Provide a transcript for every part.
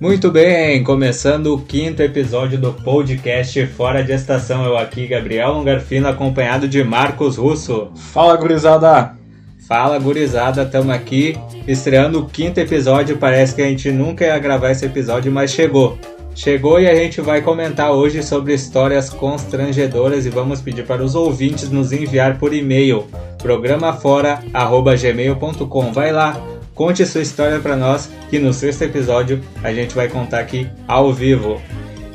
Muito bem, começando o quinto episódio do podcast Fora de Estação. Eu aqui, Gabriel Longarfino, acompanhado de Marcos Russo. Fala, gurizada! Fala, gurizada, estamos aqui estreando o quinto episódio. Parece que a gente nunca ia gravar esse episódio, mas chegou. Chegou e a gente vai comentar hoje sobre histórias constrangedoras e vamos pedir para os ouvintes nos enviar por e-mail programafora@gmail.com. Vai lá, conte sua história para nós que no sexto episódio a gente vai contar aqui ao vivo.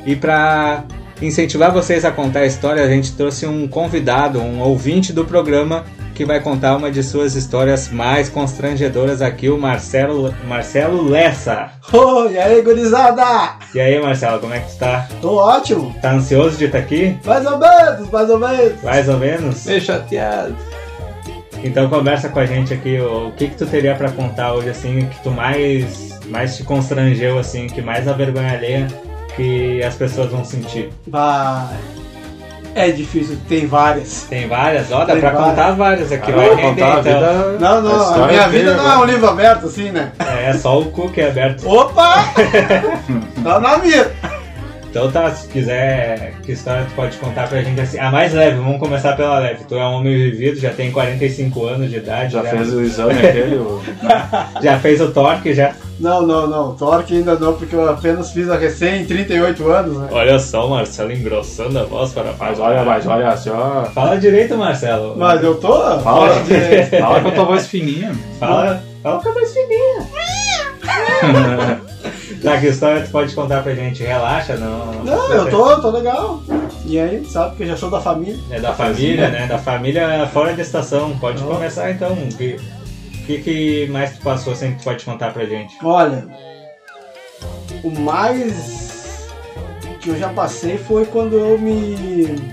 E para incentivar vocês a contar a história, a gente trouxe um convidado, um ouvinte do programa que vai contar uma de suas histórias mais constrangedoras aqui, o Marcelo Marcelo Lessa. Oh, e aí, gurizada? E aí, Marcelo, como é que tu tá? Tô ótimo! Tá ansioso de estar aqui? Mais ou menos, mais ou menos! Mais ou menos? Meio chateado. Então conversa com a gente aqui o, o que que tu teria pra contar hoje assim que tu mais mais te constrangeu assim, que mais a vergonha alheia que as pessoas vão sentir. Vai. É difícil, tem várias. Tem várias, ó, dá Tem pra várias. contar várias aqui, Ah, vai vou render contar a então. vida- Não, A não, a, história minha é vida dele, não é um livro aberto assim, né? É só o cu que é aberto. Opa! tá na minha. Então tá, se quiser, que história tu pode contar pra gente assim. A mais leve, vamos começar pela leve. Tu é um homem vivido, já tem 45 anos de idade, Já fez o exame aquele? o- já fez o torque, já. Não, não, não, Torque ainda não, porque eu apenas fiz a recém 38 anos, né? Olha só, o Marcelo engrossando a voz para Mas olha, mas olha, assim, ó. Fala direito, Marcelo. Mas eu tô. Fala, fora de- fala com a tua voz fininha. Fala, fala com a voz fininha. Tá, que história tu pode contar pra gente? Relaxa, não. Não, eu tô, tô legal. E aí, sabe que eu já sou da família. É da família, né? Da família fora da estação. Pode começar então. O que, o que, que mais tu passou assim que tu pode contar pra gente? Olha, o mais que eu já passei foi quando eu me.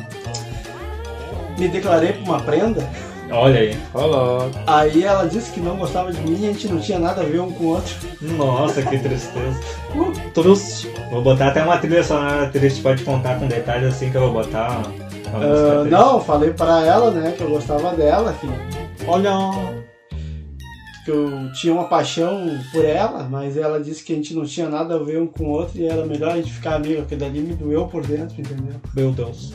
me declarei pra uma prenda. Olha aí. Falou. Aí ela disse que não gostava de mim e a gente não tinha nada a ver um com o outro. Nossa, que tristeza. Uh, Triste. Vou botar até uma trilha sonora triste, pode contar com detalhes assim que eu vou botar uma, uma música Ah, é triste. não, falei pra ela, né, que eu gostava dela, que, Olha. que eu tinha uma paixão por ela, mas ela disse que a gente não tinha nada a ver um com o outro e era melhor a gente ficar amigo, porque dali me doeu por dentro, entendeu? Meu Deus.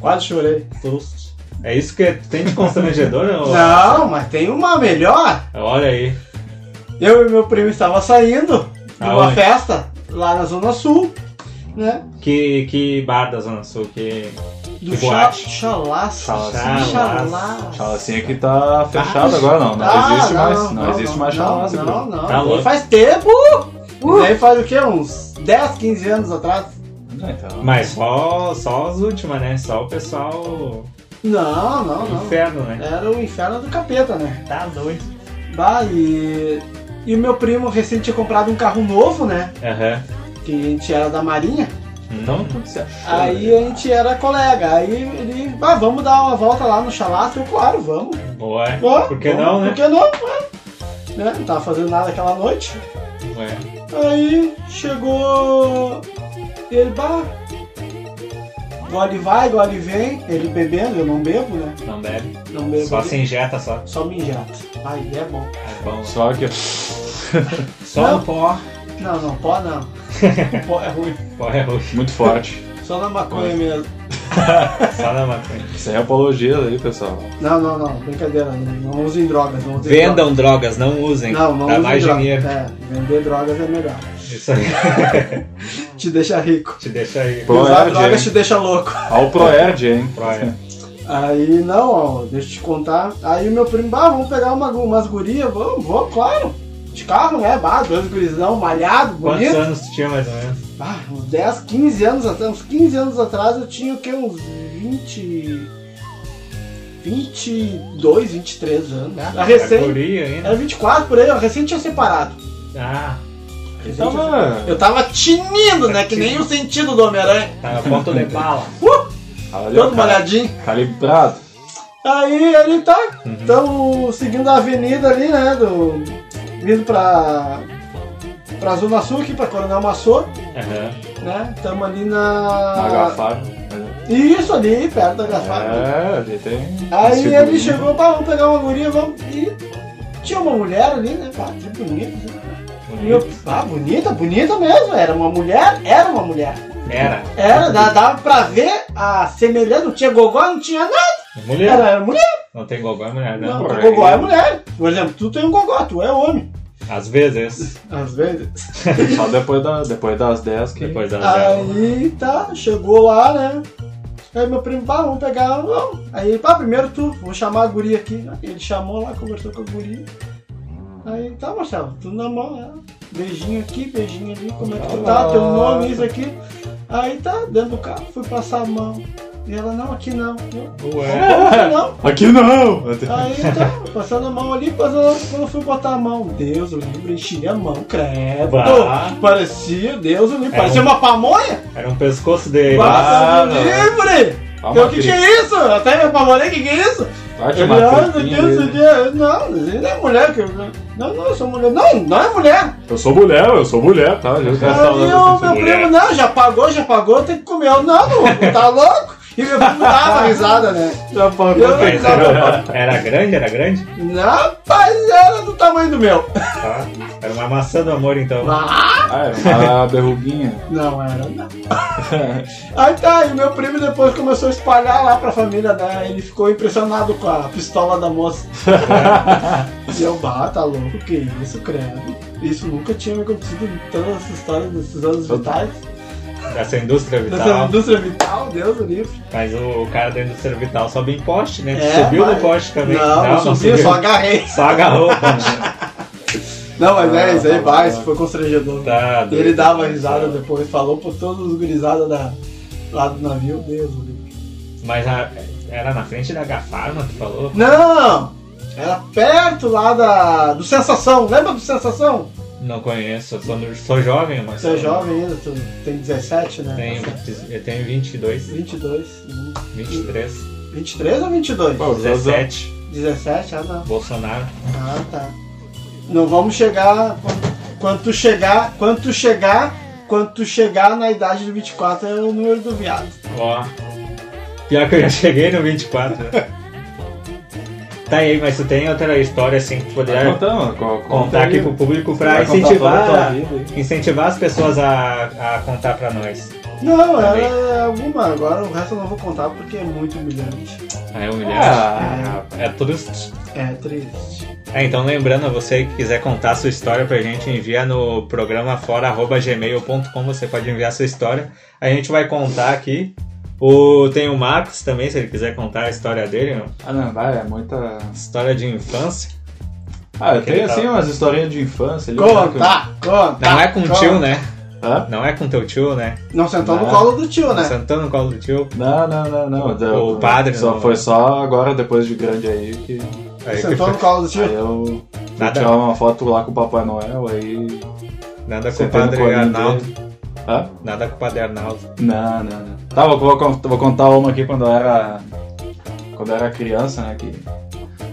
Quase chorei. Triste. É isso que tem de constrangedor? ou- Não, mas tem uma melhor! Olha aí. Eu e meu primo estava saindo de uma Aonde? festa lá na Zona Sul, né? Que, que bar da Zona Sul que. Do Que cha- boate. Chalaça. Chalaça. Chalaça. Chalacinha que tá fechado agora, não. Não Ah, existe mais. Não, existe mais assim, não, chalaça, Não, Bruno. não, não. Tá louco. Faz tempo! Isso aí faz o quê? Uns 10, 15 anos atrás? Não, então. Mas só, só as últimas, né? Só o pessoal. Não, não, não. Inferno, né? Era o inferno do capeta, né? Tá doido. Bah, e... e o meu primo recente tinha comprado um carro novo, né? Aham. Que a gente era da marinha. Então, É. o que você achou? Aí a gente era colega. Aí ele, ah, vamos dar uma volta lá no chalaço? Eu, claro, vamos. Ué. Vamos, Por que vamos. não, né? Por que não? é. Né? Não tava fazendo nada aquela noite. Ué. Aí chegou ele, bah, gole vai, gole vem, ele bebendo, eu não bebo, né? Não bebe. Não bebo. Só assim. se injeta só. Só me injeta. Aí é bom. É bom. Só que. Só Não. o pó. Não, não, pó não. pó é ruim. Pó é ruim. Muito forte. Só na maconha mesmo. Só na maconha. Sem apologia aí, pessoal. Não, não, não, brincadeira, não, não usem drogas, não usem Vendam drogas, não usem. drogas. Não, não Dá usem mais drogas. dinheiro. É, vender drogas é melhor. Isso aí. Te deixa rico. Te deixa aí. Pô, Usar é, drogas gente. te deixa louco. Olha o Proerd, hein? Olha. Aí não, ó, deixa eu te contar. Aí o meu primo, bah, vamos pegar uma, umas gurias, vamos, vamos, claro. De carro, né? Bah, dois gurizão, malhado, Quantos bonito. anos tu tinha mais ou menos? Ah, uns 10, 15 anos atrás, uns 15 anos atrás eu tinha o quê? Uns 20. 22, 23 anos. Né? A recém. Categoria Tá ainda? Era 24 por aí, eu recém tinha separado. Ah, Ele Recém tinha tava. Eu tava tinindo, né? Que nem o sentido do Homem-Aranha. tá na ponta de bala. Olha, Todo cara, malhadinho. Calibrado. Aí ele tá. Estamos seguindo a avenida ali, né? Do, vindo pra, pra Zona Sul, aqui pra Coronel Massô, Aham. né? Estamos ali na. Ah. Agafado. Isso, ali, perto da Gaspar. É, ali tem. Aí Seguro. ele chegou, pá, vamos pegar uma guria, vamos. E tinha uma mulher ali, né? Pá, que bonita. né? E eu, ah, bonita, bonita mesmo. Era uma mulher, era uma mulher. Era. Era, dá- dava pra ver a semelhança, não tinha gogó, não tinha nada. Mulher. Era, era mulher, Não tem gogó, é mulher, não, não. por gogó aí. é mulher. Por exemplo, tu tem um gogó, tu é homem. Às vezes. Às vezes. Só depois, da, depois das 10 que. Depois Então das é dez. Aí tá, chegou lá, né? Aí meu primo, pá, vamos pegar. Vamos. Aí, pá, primeiro tu, vou chamar a guria aqui. Ele chamou lá, conversou com a guria. Aí tá, Marcelo, tu na mão, né? Beijinho aqui, beijinho ali, como é que tu tá? Teu nome, isso aqui. Aí tá, dentro do carro, fui passar a mão. E ela, não, aqui não. Eu, Ué. "Como que não. Aqui não! Aí tá, passando a mão ali, passando, a- quando eu fui botar a mão, Deus, o livro enchi a mão, credo. Bah. Parecia, Deus, o livro, É parecia um- uma pamonha. Era um pescoço dele. Bah, Ah, Deus não. livre! Ah, Eu, o que que é isso? Eu Até me apavorei, o que que é isso? Bate Ele, uma ah, meu tripinha Deus, ali. isso aqui é- não, isso aí não é mulher. Que eu, não, não, eu sou mulher. Não, não é mulher. Eu sou mulher, eu sou mulher, tá? Eu já Aí tava o falando meu assim, sou mulher. primo, não, já pagou, já pagou, tem que comer. Eu, não, não, tá louco? E meu primo dava risada, né? Já falou Eu- que Mas era, era grande, era grande? Rapaz, era do tamanho do meu. Tá. Era uma maçã do amor, então. Ah, era uma berruguinha. Não era, não. Aí tá, e meu primo depois começou a espalhar lá pra família, né? Ele ficou impressionado com a pistola da moça. e eu, bah, tá louco, que isso, credo. Isso nunca tinha me acontecido em todas essas histórias desses anos vitais. Dessa indústria Dessa vital. indústria vital, Deus do livre. Mas o cara da indústria vital sobe em poste, né? Tu É, subiu mas- no poste também. Não, eu subi, eu só agarrei. Só agarrou. mano. Não, mas é, isso aí Ah, vai, ah, isso foi constrangedor. Tá E doido. ele dava risada depois, falou por todos os gurizadas da, lá do navio, Deus do livre. Mas a- era na frente da Gafarma, tu falou? Não! Era perto lá da, do Sensação, lembra do Sensação? Não conheço, eu sou, sou jovem, mas. Você é jovem ainda, tu tem 17, né? Tenho, Tá certo. eu tenho 22, 22. hum. 23, 23 ou 22? Pô, é os outros- 17, 17, ah não. Bolsonaro. Ah tá. Não vamos chegar. Quando tu chegar. Quando tu chegar. Quando tu chegar na idade do 24 é o número do viado. Ó. Pior que eu já cheguei no 24. né? tá aí, mas tu tem outra história assim que tu Tá poderia contando, co- conta contar aí. aqui pro público pra Vai contar toda a tua vida incentivar, aí. incentivar as pessoas a, a contar pra nós. Não, Também. era alguma. Agora o resto eu não vou contar porque é muito humilhante. Ah, é Ah, É tudo. É triste. É, então lembrando, você que quiser contar sua história pra gente, envia no programa gmail.com, você pode enviar sua história. A gente vai contar aqui. O, tem o Marcos também, se ele quiser contar a história dele, uma Ah, não, vai, é muita. história de infância. Ah, eu Aquele tenho assim tal. umas historinhas de infância ali. né, Conta! Conta! Não é com o conta. tio, né? que- Hã? Não é com teu tio, né? Não sentou no Não. colo do tio, né? Sentando no colo do tio. Não, não, não, não. O- deu- o padre Só não- foi só agora, depois de grande aí, que. Aí que sentou no foi, colo do tio. Aí eu. fui Nada. tirar uma foto lá com o Papai Noel, aí. nada com sentei o no padre colinho Arnaldo. um dele. tá Hã? Nada com o padre Arnaldo. Não, não, não. Tá, vou, vou, con- vou contar uma aqui quando eu era. Quando eu era criança, né? Que...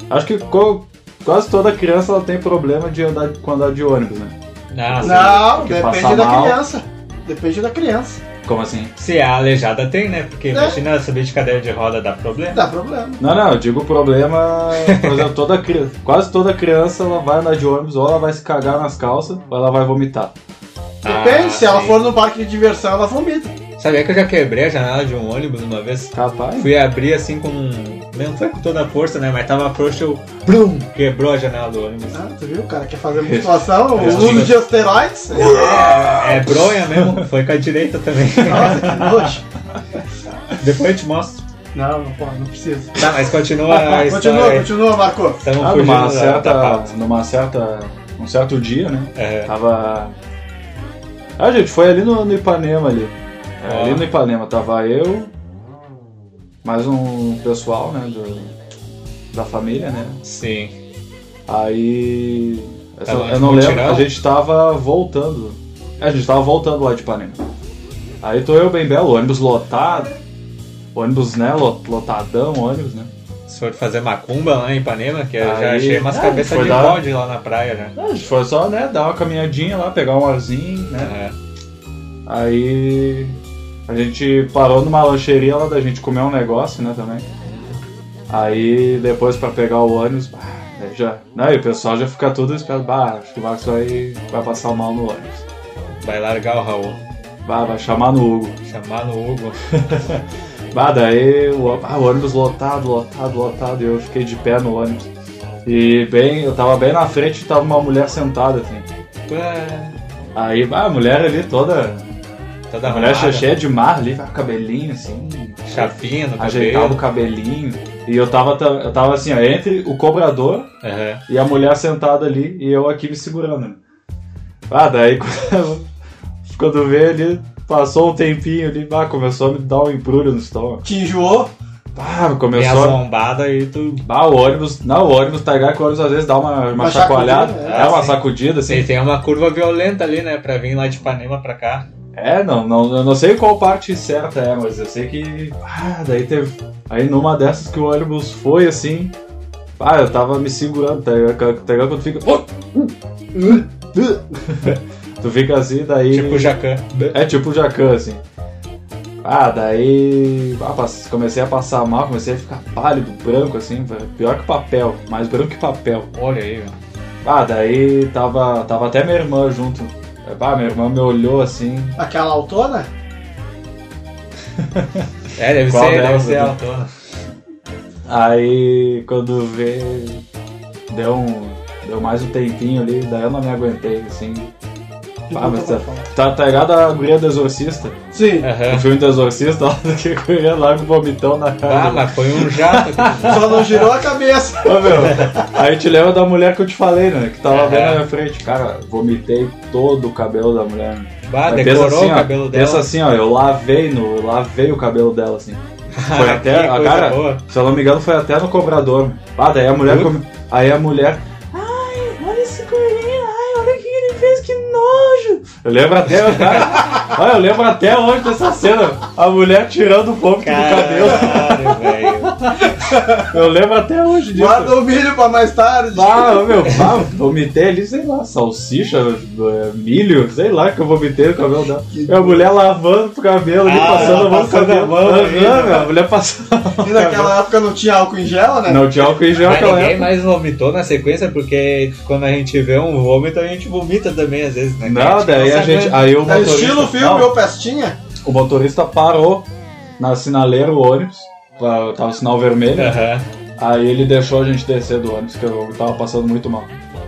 Acho que co- quase toda criança ela tem problema de andar com andar de ônibus, né? Não, Não, porque depende passa da mal. criança. Depende da criança. Como assim? se a aleijada tem, né? Porque É. imagina subir de cadeira de roda dá problema. Dá problema. Não, não, eu digo problema. Por exemplo, toda criança, quase toda criança ela vai andar de ônibus, ou ela vai se cagar nas calças, ou ela vai vomitar. Depende, Ah, se ela sim. for no parque de diversão, ela vomita. Sabia que eu já quebrei a janela de um ônibus uma vez? Capaz? Fui abrir assim com. Não foi com toda a força, né? Mas tava frouxo eu. Brum! Quebrou a janela do ônibus. Ah, tu viu? O cara quer fazer musculação, o Restinga. tipo uso de esteroides. Ah. É bronha mesmo, foi com a direita também. Nossa, que nojo. Depois eu te mostro. Não, não pode, não precisa. Tá, mas continua a história. Ah, Continua, aí. continua, Marco. Tamo Ah, fugindo numa da- da certa. pauta. Numa certa. Um certo dia, né? É. Tava. Ah, gente, foi ali no, no Ipanema ali. É, Ó. Ali no Ipanema tava eu, mais um pessoal, né? do- da família, né? Sim. Aí. eu só- Tava eu não no lembro, mutirão? a gente tava voltando. É, a gente tava voltando lá de Ipanema. Aí tô eu bem belo, ônibus lotado. Ônibus, né? lo- Lotadão, ônibus, né? Se for fazer macumba lá em Ipanema, que eu já Aí- achei umas Ah, cabeças foi de dar- bode lá na praia, né? A gente foi só, né, dar uma caminhadinha lá, pegar um arzinho, né? É. Aí a gente parou numa lancheria lá da gente comer um negócio, né, também. Aí depois pra pegar o ônibus, bah, Daí já. Não, e o pessoal já fica todo esperando. Bah, acho que o Marcos vai, vai passar mal no ônibus. Vai largar o Raul. Bah, vai chamar no Hugo. Chamar no Hugo. Bah, daí o, ô- ah, o ônibus lotado, lotado, lotado, e eu fiquei de pé no ônibus. E bem, eu tava bem na frente e tava uma mulher sentada, assim. Ué, Aí, bah, a mulher ali toda. Toda A mulher arrumada. che- cheia é de mar ali, né? Tá com o cabelinho assim. Chapinha no Ajeitava o cabelo. cabelinho. E eu tava, ta- eu tava assim, ó, entre o cobrador Aham. e a mulher sentada ali e eu aqui me segurando. né? Ah, daí quando- quando veio ali, passou um tempinho ali, bah, começou a me dar um embrulho no estômago. Te enjoou? Bah, E a começou a... zombada e tu. Bah, o ônibus, não, o ônibus tá ligado que o ônibus às vezes dá uma, uma, Uma chacoalhada, sacudida, é, é, uma sim. sacudida assim. E tem uma curva violenta ali, né? Pra vir lá de Panema pra cá. É, não, não, eu não sei qual parte certa é, mas eu sei que. Ah, daí teve. Aí numa dessas que o ônibus foi assim. Ah, eu tava me segurando, tá ligado? Tá ligado quando fica. tu fica assim, daí. Tipo o Jacan. É tipo o Jacan, assim. Ah, daí. ah, pass- comecei a passar mal, comecei a ficar pálido, branco, assim, velho. pior que papel, mais branco que papel. Olha aí, velho. Ah, daí tava, tava até minha irmã junto. Ah, minha irmã me olhou assim. Aquela autona? É, deve Qual ser, deve delas, né? ser Edu? ela toda. Aí quando vê. Deu um. Deu mais um tempinho ali, daí eu não me aguentei, assim. Ah, mas tá, tá, tá ligado a guria do exorcista? Sim. O Aham. filme do exorcista, lá que a guria larga o vomitão na cara. Ah, mas foi um jato. que- Só não girou a cabeça. Ô, meu, aí te lembra da mulher que eu te falei, né? Que tava Aham. bem na minha frente. Cara, vomitei todo o cabelo da mulher. né? Bah, Mas decorou assim, o ó, cabelo dela. Pensa assim, ó, eu lavei no. eu lavei o cabelo dela, assim. Foi até. Ah, Que a coisa cara, boa. se eu não me engano, foi até no cobrador. Ah, daí a mulher. Ui. come- Aí a mulher. Ai, olha esse gordinho, ai, olha o que ele fez, que nojo! Eu lembro até, cara, olha, eu lembro até hoje dessa cena, a mulher tirando o vômito do cabelo. Caralho, velho. Eu lembro até hoje disso. Guarda o milho pra mais tarde. Ah, ô, meu, pá, vomitei ali, sei lá, salsicha, eh, milho, sei lá que eu vomitei no cabelo dela. E a mulher lavando pro cabelo ali, Ah, passando a mão no passando a cabelo. mão né? Aham, ainda. meu, a mulher passando. E naquela época não tinha álcool em gel, né? Não tinha álcool em gel Mas naquela ninguém época. mais vomitou na sequência, porque quando a gente vê um vômito, a gente vomita também, às vezes, né? Não, daí a gente. Aí o É motorista. estilo filme não, ou pestinha? o motorista parou na sinaleira o ônibus. pra- Tava o sinal vermelho. Aham. Aí ele deixou a gente descer do ônibus, que eu tava passando muito mal.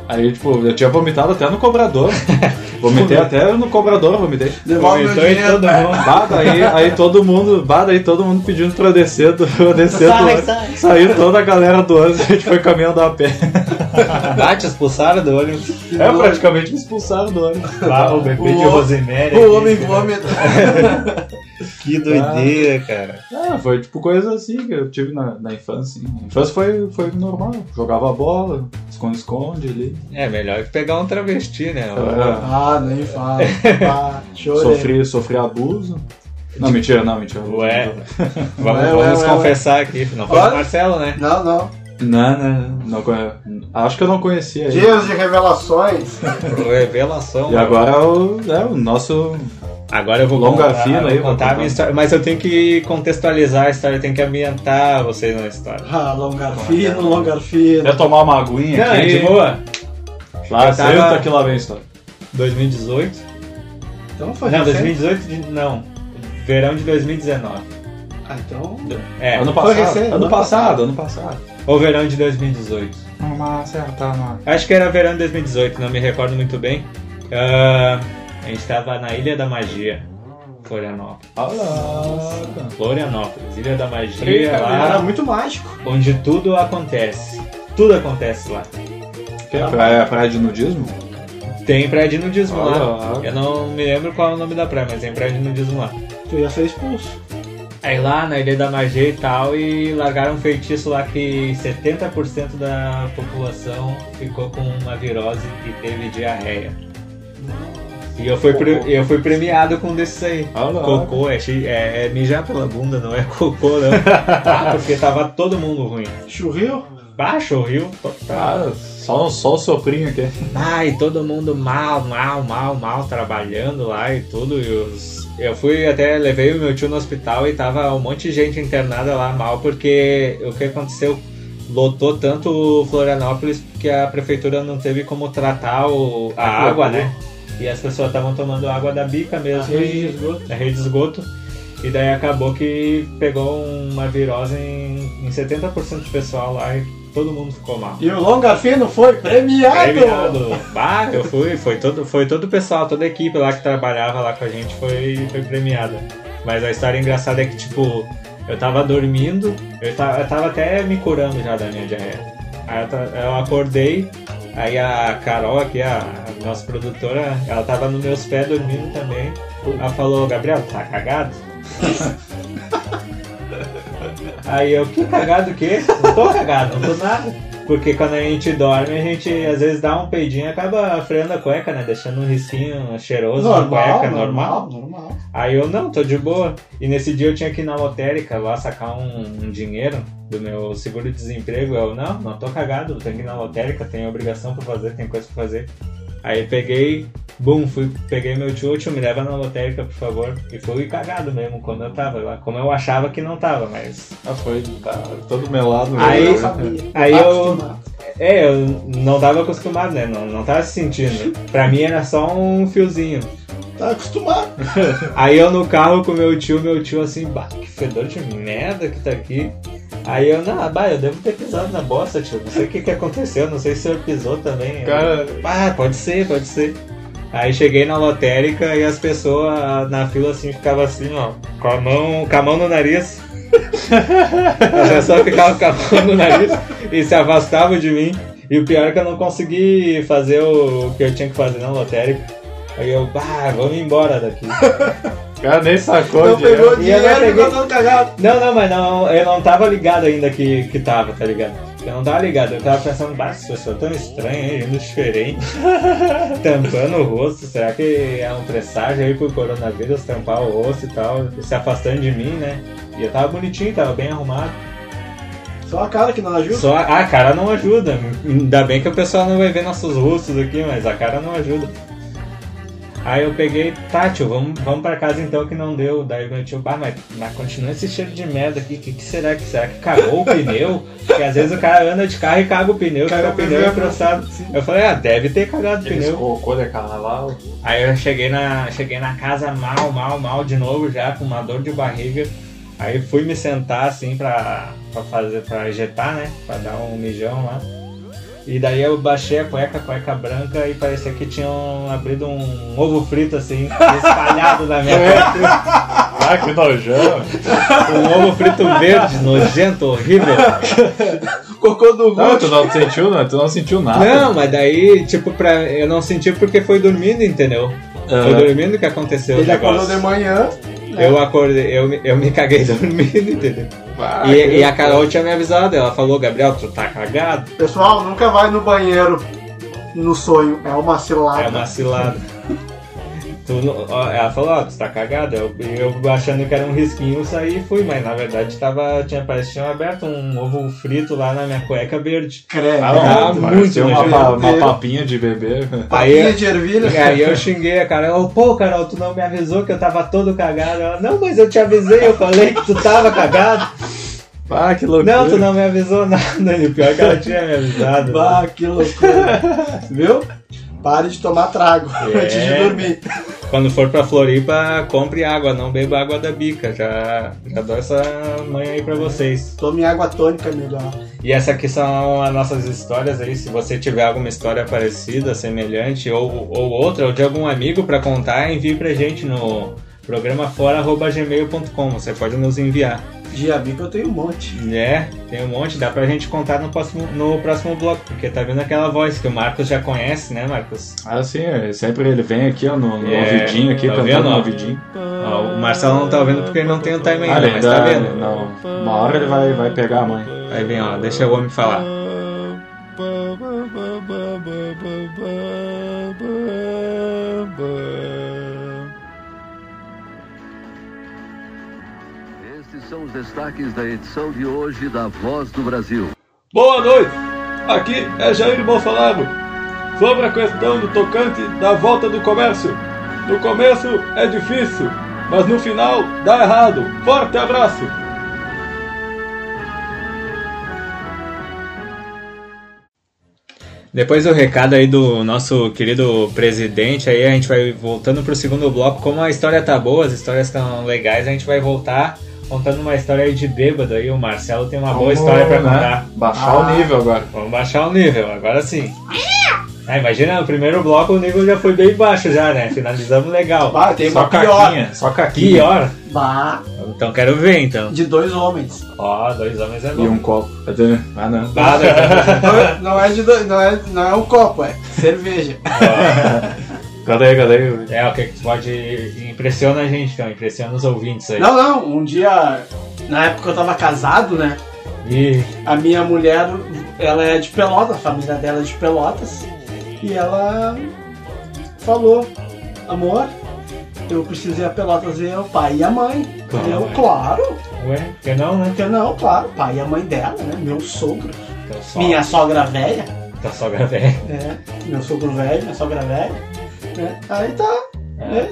Aí, tipo, eu tinha vomitado até no cobrador. vomitei até no cobrador, vomitei. Devolve meu Vomitou em dinheiro. todo mundo. Bah, daí, aí todo mundo, bah, daí todo mundo pedindo pra eu descer do, pra eu descer do Sai, ônibus. sai. Saiu toda a galera do ônibus, a gente foi caminhando a pé. Bate, expulsaram do ônibus. É, praticamente me expulsaram do ônibus. Lá, o bebê de O- É Rosemary. O aqui, homem né? cara. vômito. Que doideira, cara. Ah, foi tipo coisa assim que eu tive na, na infância. Assim. Infância foi, foi normal, jogava bola, esconde-esconde ali. É melhor que pegar um travesti, né? Ah, Ah, nem fala. Ah, chorei. sofri, sofri abuso. Não, mentira, não, mentira. Ué. é. Vamos, Ué, ué, vamos ué, confessar aqui. Não foi Olha. o Marcelo, né? Não, não. Não, não, não conhe- Acho que eu não conhecia ele. Dias de revelações. Revelação. E agora o, é, o nosso. Agora eu vou Longa contar, fila aí, vou vou contar a contar. minha história. Mas eu tenho que contextualizar a história, eu tenho que ambientar vocês na história. Ah, Longarfino, Longarfino. Quer tomar uma aguinha Não, é aqui? de boa. Lá, Eu tava- senta que lá vem a história. 2018. Então foi Não, recente. 2018 de- não. Verão de 2019. Ah, então. É. ano foi passado. recente, ano ano passado, ano passado. Ou verão de 2018. Uma certa tá, uma. Acho que era verão de 2018, não me recordo muito bem. Ah, a gente estava na Ilha da Magia, Florianópolis. Olá. Florianópolis, Ilha da Magia, Eita, Era lá muito mágico. onde tudo acontece. Tudo acontece lá. Que é praia, praia de nudismo? Tem praia de nudismo lá. Olá. Eu não me lembro qual é o nome da praia, mas tem praia de nudismo lá. Tu ia ser expulso. Aí É lá na Ilha da Magia e tal, e largaram um feitiço lá que 70% da população ficou com uma virose e teve diarreia. E eu fui, pre- eu fui premiado com um desses aí. Olá. Cocô, é, chi- é, é mijar pela bunda, não é cocô não. Ah, porque tava todo mundo ruim. Churril? Baixo o rio, total. Cara, só, só o soprinho aqui. Ai, todo mundo mal, mal, mal, mal, trabalhando lá e tudo. E os- Eu fui até, levei o meu tio no hospital e tava um monte de gente internada lá mal, porque o que aconteceu? lotou tanto Florianópolis que a prefeitura não teve como tratar o- a Ah, que água, loucura. né? E as pessoas estavam tomando água da bica mesmo, rede de e- esgoto. da rede de esgoto. E daí acabou que pegou uma virose em, em 70% do pessoal lá e todo mundo ficou mal. E o Longa Fino foi premiado! Premiado. Bah, eu fui, foi todo, foi todo o pessoal, toda a equipe lá que trabalhava lá com a gente foi, foi premiada. Mas a história engraçada é que, tipo, eu tava dormindo, eu tava, eu tava até me curando já da minha diarreia. Aí eu, ta- eu acordei, aí a Carol aqui, a, a nossa produtora, ela tava nos meus pés dormindo também. Ela falou, Gabriel, tá cagado? Aí eu, que cagado o quê? Não tô cagado, não tô nada. Porque quando a gente dorme, a gente às vezes dá um peidinho e acaba freando a cueca, né? Deixando um risquinho cheiroso na Normal, cueca, normal, normal. Aí eu, não, tô de boa. E nesse dia eu tinha que ir na lotérica lá sacar um, um dinheiro do meu seguro-desemprego. Eu, não, não tô cagado, tenho que ir na lotérica, tenho obrigação pra fazer, tem coisa pra fazer. Aí peguei, bum, fui, peguei meu tio, tio, me leva na lotérica, por favor. E fui cagado mesmo, quando eu tava lá. Como eu achava que não tava, mas... Ah, foi tá, todo melado. Aí- né? eu sabia. Aí eu... Acostumado. É, eu não tava acostumado, né? Não, não tava sentindo. Pra mim era só um fiozinho. Tá acostumado. Aí eu no carro com meu tio, meu tio assim, bah, que fedor de merda que tá aqui. Aí eu, não, bah, eu devo ter pisado na bosta, tio. Não sei o que que aconteceu, não sei se o senhor pisou também. Eu, Cara, ah, pode ser, pode ser. Aí cheguei na lotérica e as pessoas na fila assim ficavam assim, ó, com a mão, com a mão no nariz. As pessoas ficavam com a mão no nariz e se afastavam de mim. E o pior é que eu não consegui fazer o que eu tinha que fazer na lotérica. Aí eu, bah, vamos embora daqui. cara nem sacou Não dinheiro. Então pegou o E ela dinheiro e tá pegou- ficou todo cagado. Não, não, mas não, eu não tava ligado ainda que, que tava, tá ligado? Eu não tava ligado, eu tava pensando, bah, esse pessoal é tão estranho, hein, indo diferente, tampando o rosto, será que é um presságio aí pro coronavírus tampar o rosto e tal, se afastando de mim, né? E eu tava bonitinho, tava bem arrumado. Só a cara que não ajuda. Só a, a cara não ajuda, ainda bem que o pessoal não vai ver nossos rostos aqui, mas a cara não ajuda. Aí eu peguei, tá tio, vamos, vamos pra casa então que não deu. Daí meu tio, ah, mas, mas continua esse cheiro de merda aqui, que, que será que será que cagou o pneu? Porque às vezes o cara anda de carro e caga o pneu, Caga caga o o pneu pneu, apressado. sim. Eu falei, ah, deve ter cagado o Eles pneu. colocou de carnaval. Aí eu cheguei na, cheguei na casa mal, mal, mal de novo já, com uma dor de barriga. Aí fui me sentar assim pra, pra fazer, pra ejetar, né? Pra dar um mijão lá. E daí eu baixei a cueca, a cueca branca, e parecia que tinham abrido um ovo frito assim, espalhado na minha cueca. Ah, que nojão. Um ovo frito verde, nojento, horrível. Cocô do Não, Gucci. tu não sentiu, né? Tu não sentiu nada. Não, mas daí, tipo, pra, eu não senti porque foi dormindo, entendeu? Foi Ah, dormindo que aconteceu o Ele acordou negócio. né? de manhã. Eu acordei, eu, me- eu me caguei dormindo, entendeu? ah, E, que- e a Carol tinha me avisado, ela falou, Gabriel, tu tá cagado? Pessoal, nunca vai no banheiro no sonho. É uma cilada. É uma cilada. Tu não- ó, ela falou, ó, tu tá cagado? Eu, eu achando que era um risquinho, eu saí e fui, mas na verdade tava, tinha, parece que tinha aberto um ovo frito lá na minha cueca verde. Creme. Ah, Tá não, parecia muito uma, pa- nojento. uma papinha de bebê. Aí- é- Papinha de ervilha. E aí eu xinguei a Carol, pô, Carol, tu não me avisou que eu tava todo cagado. Ela, não, mas eu te avisei, eu falei que tu tava cagado. Ah, que loucura. Não, tu não me avisou nada. E o pior é que ela tinha me avisado. Bah, que loucura. Viu? Pare de tomar trago É. antes de dormir. Quando for pra Floripa, compre água, não beba água da bica. Já, já dou essa manhã aí pra vocês. Tome água tônica melhor. E essa aqui são as nossas histórias aí. Se você tiver alguma história parecida, semelhante ou, ou outra, ou de algum amigo pra contar, envie pra gente no programafora.gmail.com. Você pode nos enviar. Diabica eu tenho um monte. É, tem um monte, dá pra gente contar no próximo, no próximo bloco, porque tá vendo aquela voz que o Marcos já conhece, né, Marcos? Ah, sim, é, sempre ele vem aqui, ó, no, no É, ouvidinho aqui, tá cantando vendo, no ó? ouvidinho. Ó, o Marcelo não tá vendo porque ele não tem o time Ah, ainda, mas tá vendo. Não, uma hora ele vai, vai pegar a mãe. Aí vem, ó, deixa o homem falar. Estes são os destaques da edição de hoje da Voz do Brasil. Boa noite! Aqui é Jair Bolsonaro. Sobre a questão do tocante da volta do comércio. No começo é difícil, mas no final dá errado. Forte abraço! Depois do recado aí do nosso querido presidente, aí a gente vai voltando pro segundo bloco. Como a história tá boa, as histórias estão legais, a gente vai voltar contando uma história aí de bêbado aí. O Marcelo tem uma boa história pra né? contar. Baixar Ah. o nível agora. Vamos baixar o nível, agora sim. Ah, imagina, no primeiro bloco o nível já foi bem baixo já, né? Finalizamos legal. Bah, tem Só uma pior. caquinha, só caquinha. Pior. Bah, Então quero ver, então. de dois homens. Ó, dois homens é E bom. um copo. Eu tenho- Ah, não. Ah, dois- Não é- Não é de dois, não é, não é um copo, é cerveja. Cadê aí, cadê aí? É, o que que tu pode... Impressiona a gente, então. Impressiona os ouvintes aí. Não, não, um dia, na época eu tava casado, né? Ih, A minha mulher, ela é de Pelotas, a família dela é de Pelotas. E ela falou, amor, eu preciso ir a Pelotas ver o pai e a mãe. Claro. Eu, claro, ué, que não, né? eu não, claro, pai e a mãe dela, né? Meu sogro, Então, só, minha sogra velha, Tá só gravando. né? Meu sogro velho, minha sogra velha. Né? Aí tá, É. né?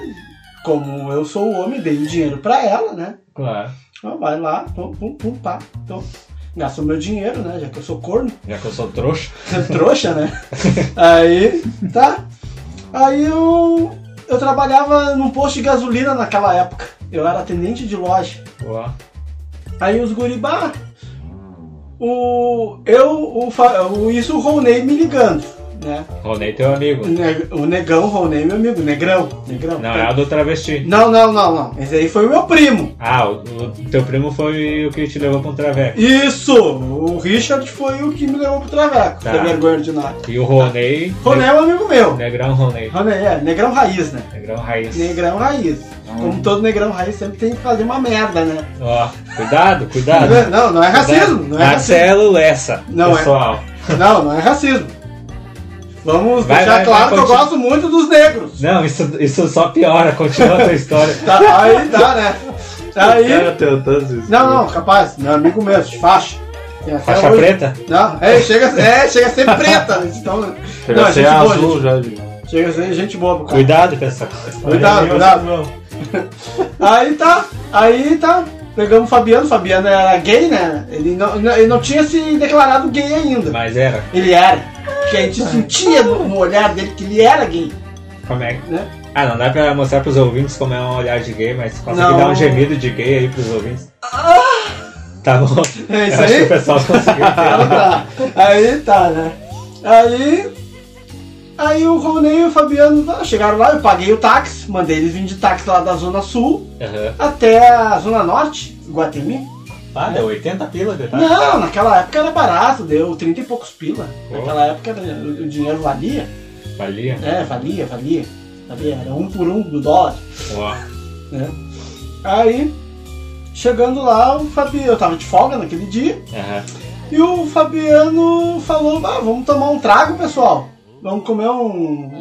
Como eu sou o homem, dei o dinheiro pra ela, né? Claro. Então vai lá, pum, pum, pum, pá. Então, gastou meu dinheiro, né? Já que eu sou corno, Já que eu sou trouxa. trouxa, né? Aí, tá. Aí eu, eu trabalhava num posto de gasolina naquela época. Eu era atendente de loja. Ó, Aí os guribá, o, eu, o, Fa- o, isso o Ronei me ligando, né? Ronei teu amigo. O ne- O negão, Ronei, meu amigo, negrão, negrão. Não, é o do travesti. não, não, não, não. Esse aí foi o meu primo. Ah, o, o teu primo foi o que te levou pra um traveco. Isso! O Richard foi o que me levou pro Traveco. Tá. Sem vergonha de nada. E o Ronei... Roné é um amigo meu. Negrão Ronei. Roné é negrão raiz, né? Negrão raiz. Negrão raiz. Então- Como todo negrão raiz sempre tem que fazer uma merda, né? Ó, cuidado, cuidado. Não, não é racismo. Cuidado. Não é racismo. Marcelo Lessa, Não é. pessoal. Não, não é racismo. Vamos Vai, deixar vai, claro vai, que eu continua. gosto muito dos negros. Não, isso, isso só piora, continua a tua história. Tá, aí tá, né? O Aí. cara tentando se Não, não, capaz. Meu amigo mesmo, de faixa. Tem até Faixa É hoje. preta? Não, é, chega, é, chega a ser preta. né? Então, Chega não, a ser gente boa, azul gente- já. de- chega a ser gente boa, pro cara. Cuidado, pessoal. Cuidado, Aí, cuidado. meu- Aí tá, aí tá. Pegamos o Fabiano, o Fabiano era gay, né? Ele não, não- ele não tinha se declarado gay ainda. Mas era, Ele era. Que a gente sentia no, no olhar dele que ele era gay. como é que... Né? Ah, não dá pra mostrar pros ouvintes como é um olhar de gay, mas consegui Não. Ah! dar um gemido de gay aí pros ouvintes. Tá bom. É isso Eu acho que o aí? pessoal conseguiu. Aí tá. Aí tá, né? Aí. Aí o Ronei e o Fabiano ah, chegaram lá, eu paguei o táxi, mandei eles virem de táxi lá da Zona Sul Aham. até a Zona Norte, Guatemi. Ah, deu 80 pila de tarde. Não, naquela época era barato, deu 30 e poucos pila. Pô. Naquela época era- o o dinheiro valia. Valia. É, valia, valia. Valia, era um por um do dólar. Ó, Né? Aí, chegando lá, o Fabiano, eu tava de folga naquele dia, aham. e o Fabiano falou, ah, vamos tomar um trago, pessoal. Vamos comer um,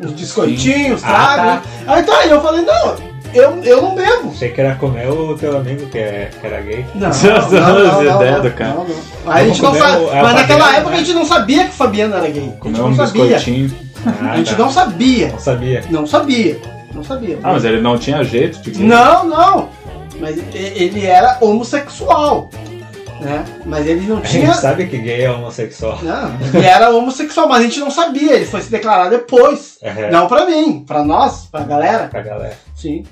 uns biscoitinhos, Ah, trago. Aí tá, e eu falei, não, eu, eu não bebo. Achei que era comer o teu amigo que, é, que era gay. Não, Essas ideias do cara. não, não. Aí a gente não Vamos comer sabe, o- a mas naquela Fabiana, época a gente não sabia que o Fabiano era gay. A gente Comeu Tipo, não um sabia. biscoitinho. Ah, A gente tá. não sabia. Não sabia. Não sabia. Não sabia. Ah, mas ele não tinha jeito tipo, de... Não, não. Mas e- ele era homossexual, né? Mas ele não A gente tinha. sabe que gay é homossexual. Não, ele era homossexual, mas a gente não sabia. Ele foi se declarar depois. É, Não pra mim, pra nós, pra galera. pra galera. Sim.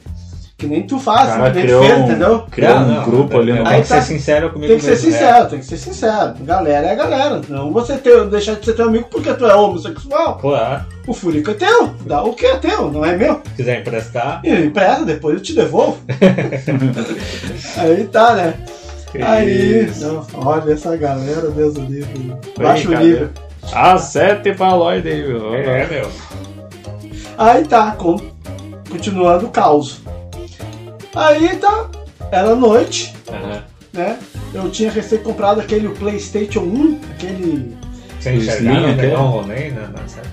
Que nem tu O faz, cara que nem tu criou fez, um, entendeu? criou Não, um Ah, não, grupo eu- ali eu no... Tem Aí que ser tá. sincero comigo Tem que ser mesmo, né? sincero, tem que ser sincero. Galera é galera. Não você ter, deixar de ser teu amigo porque tu é homossexual. Pô, ah, O furico é teu. Dá o que é teu, não é meu. se quiser emprestar, E empresta, depois eu te devolvo. aí tá, né? aí, nossa, olha essa galera, Deus do livro. Baixa o nível. Ah, sete palóide aí, meu. é, meu. Aí tá, com- continuando o caos. Aí tá, era noite, Aham. né? Eu tinha recém comprado aquele PlayStation 1, aquele. Sem O enxergar, Slim, não aquele? pegou um rolê, né? Não, sabe?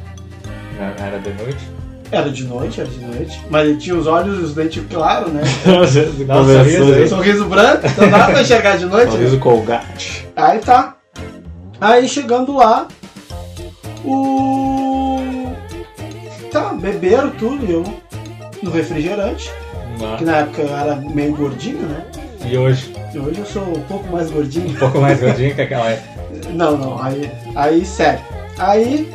Na, na era de noite. Era de noite, era de noite. Mas ele tinha os olhos e os dentes claros, né? Nossa, sorriso aí. Sorriso branco, então dá pra enxergar de noite. né? Sorriso Colgate. Aí tá. Aí chegando lá, o. Tá, beberam tudo, eu no refrigerante, Uma- que na época eu era meio gordinho, né? E hoje, E hoje eu sou um pouco mais gordinho. é um pouco mais gordinho que aquela época. Não, não, aí, aí sério. Aí,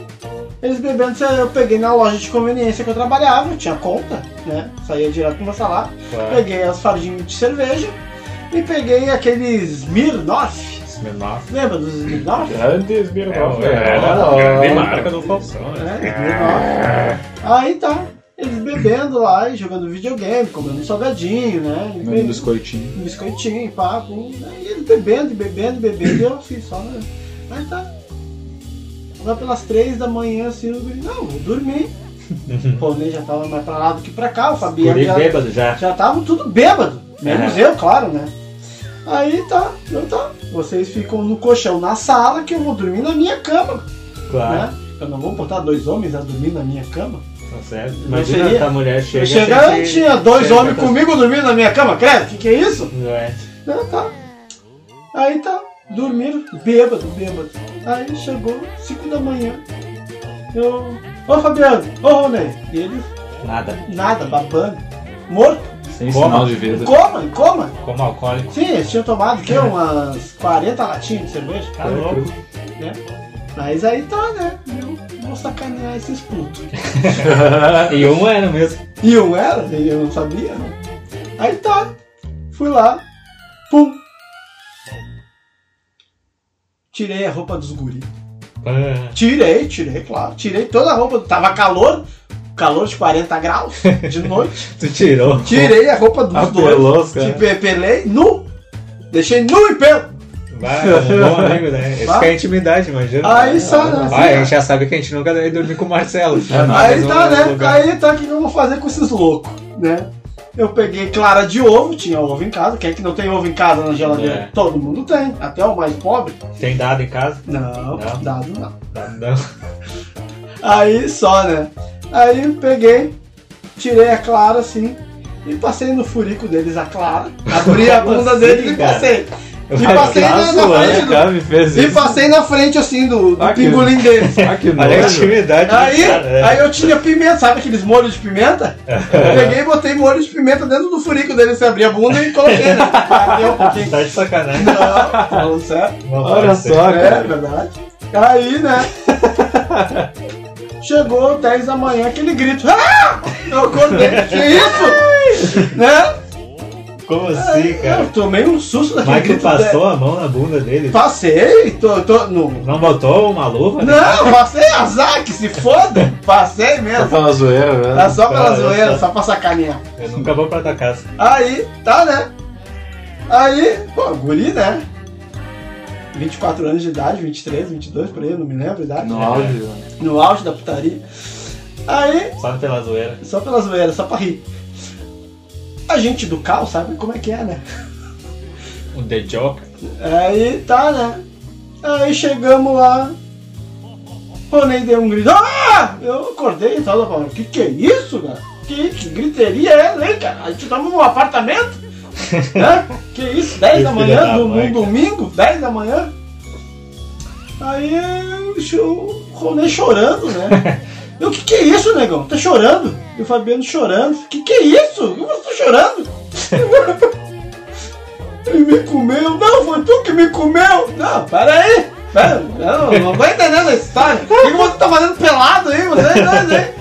eles bebendo, eu peguei na loja de conveniência que eu trabalhava, eu tinha conta, né? Saía direto pro meu salário. Claro. Peguei as fardinhas de cerveja e peguei aqueles Smirnoff. Smirnoff. Lembra dos Smirnoff? Grande É, Smirnoff. Era ó. a grande marca do Falsão, né? né? Aí tá, eles bebendo lá e jogando videogame, comendo um salgadinho, né? E Menino biscoitinho. um biscoitinho, papo, né? e ele bebendo, e bebendo, e bebendo, e eu assim, só, né? Aí tá. Lá pelas três da manhã, assim, eu falei, não, vou dormir. o Ronei já tava mais pra lá do que pra cá, o Fabiano Guri já, bêbado já. já tava tudo bêbado, menos É. eu, claro, né? Aí tá, então tá, vocês ficam no colchão na sala que eu vou dormir na minha cama, Claro. né? Eu não vou botar dois homens a dormir na minha cama. Tá certo. Não Imagina seria? a mulher chega. Chega, Chega sem- tinha dois chega homens com- comigo dormindo na minha cama, credo, que que é isso? Não é. Ah, tá. Aí tá, dormiram, bêbado, bêbado. Aí chegou 5 da manhã. Eu. Ô Fabiano, ô Ronei. E ele, Nada. nada, babando. Morto. Sem sinal de vida. Coma, coma. Como alcoólico. Sim, eles tinham tomado que umas 40 latinhas de cerveja. Tá louco. Mas aí tá, né? Eu vou sacanear esses putos. E um era mesmo. E eu era, e eu não sabia, né? Aí tá, fui lá, pum. Tirei a roupa dos guris. Pã. Tirei, tirei, claro. Tirei toda a roupa. Tava calor, calor de 40 graus de noite. Tu tirou. Tirei a roupa Ah, dos dois. Apelou, Te cara. pelei nu. Deixei nu e pelo. Vai, é um bom amigo, né? Isso Vai. que é intimidade, imagina. Aí só, né? Vai, a gente já sabe que a gente nunca deve dormir com o Marcelo. Aí Mas tá, um né? lugar- Aí tá, o que eu vou fazer com esses loucos, né? Eu peguei clara de ovo, tinha ovo em casa. Quem é que não tem ovo em casa na geladeira? É. Todo mundo tem, até o mais pobre. Tem dado em casa? Não, Não. dado não. Dado não. Aí só, né? Aí peguei, tirei a Clara assim e passei no furico deles a Clara. Abri a bunda Como deles assim, e passei. E Vai passei lá, na, na zoando, frente do, Cara, me fez E isso. passei na frente assim do, do Ah, que- pingolim deles. Ah, que Olha a nojo. intimidade. Aí, do cara, né? aí eu tinha pimenta, sabe aqueles molhos de pimenta? Eu peguei e botei molho de pimenta dentro do furico deles, abri a bunda e coloquei. Né? Bateu um pouquinho. Tá de sacanagem. Não, tá falando sério. Não Olha pode ser. só, É cara. verdade. Aí, né? Chegou 10 da manhã, aquele grito. Ah! Eu acordei, que isso? né? Como assim, cara? Eu tomei um susto daquele Mas tu grito. passou a mão na bunda dele? de- Passei, tô, tô, no... Não botou uma luva? Não, passei azar, que se foda. Passei Tá mesmo. falando zoeira, Tá né? só pela Olha só. zoeira, só pra sacanear. Eu nunca vou pra tua casa. Aí, tá, né? Aí, pô, guri, né? 24 anos de idade, 23, 22, por aí, eu não me lembro a idade. No áudio. né? no auge da putaria. Aí, Só pela zoeira. só pela zoeira, só pra rir. A gente do cal sabe como é que é, né? O Um The Joker. Aí tá, né? Aí chegamos lá. Ronei deu um grito. Ah! Eu acordei e tava falando, que que é isso, cara? Que, que griteria é essa, hein, cara? A gente tava num apartamento? né? Que isso? 10 Que filha da manhã, da do, mãe, num cara. domingo? 10 da manhã? Aí eu- o Ronei chorando, né? Eu, que que é isso, negão? Tá chorando? E o Fabiano chorando. Que que é isso? Eu tô chorando. Ele me comeu. Não, foi tu que me comeu. Não, pera aí. Pera, não, não vai entendendo a história. O que que você tá fazendo pelado aí? Você, é você, você.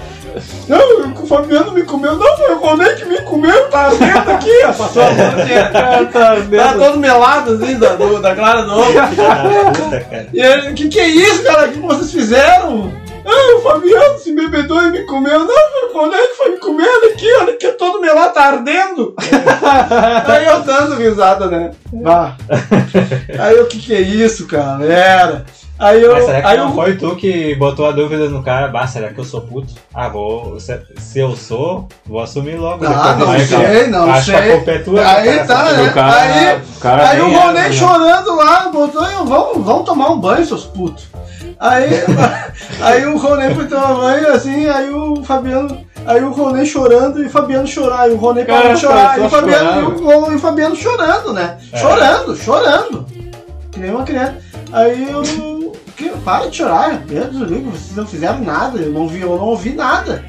Não, o Fabiano me comeu. Não, foi o Ronei que me comeu. Tá vendo aqui, ó. Passou a mão assim, ó. Tá todo melado assim, da, do- da clara do ovo. Ah, puta, cara. E ele, que que é isso, cara? O que vocês fizeram? Ah, o Fabiano se bebedou e me comeu. Não, quando é que foi me comendo aqui? Olha que todo meu lá tá ardendo. Aí eu dando risada, né? Vá. Aí eu, que que é isso, cara? Era. Aí eu... Mas será que aí não eu... foi tu que botou a dúvida no cara? Bah, será que eu sou puto? Ah, vou. Se, se eu sou, vou assumir logo. Ah, não Aí, cara, sei, não acho que a sei. culpa é tua. Aí cara. tá, E né? o cara- Aí- o cara aí o nem era, Ronei né? chorando lá, botou eu, vamos, vamos tomar um banho, seus putos. Aí, aí o Ronei foi tomar banho, assim, aí o Fabiano. Aí o Ronei chorando e o Fabiano chorar, e o Ronei Cara, parou de chorar, tá e o, Fabiano, e, chorando. o, Ron- e o Fabiano chorando, né? É. Chorando, chorando. Que nem uma criança. Aí eu. Que, para de chorar, Deus do livro, vocês não fizeram nada, eu não, vi, eu não ouvi nada.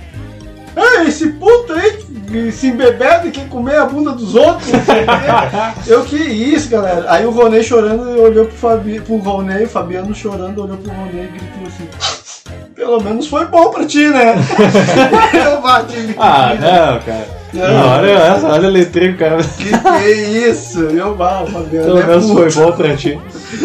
Ei, Ah, esse puto aí que se embebeda e quer comer a bunda dos outros. não sei o quê. eu que isso, galera. Aí o Ronei chorando olhou pro, Fabi, pro Ronei, o Fabiano chorando olhou pro Ronei e gritou assim: Pelo menos foi bom pra ti, né? Eu bati. Ah, não, cara. Não. Não, olha essa, olha a letrinha, cara. Que que isso? Eu mal, Fabiano. Pelo é menos foi puto. bom pra ti.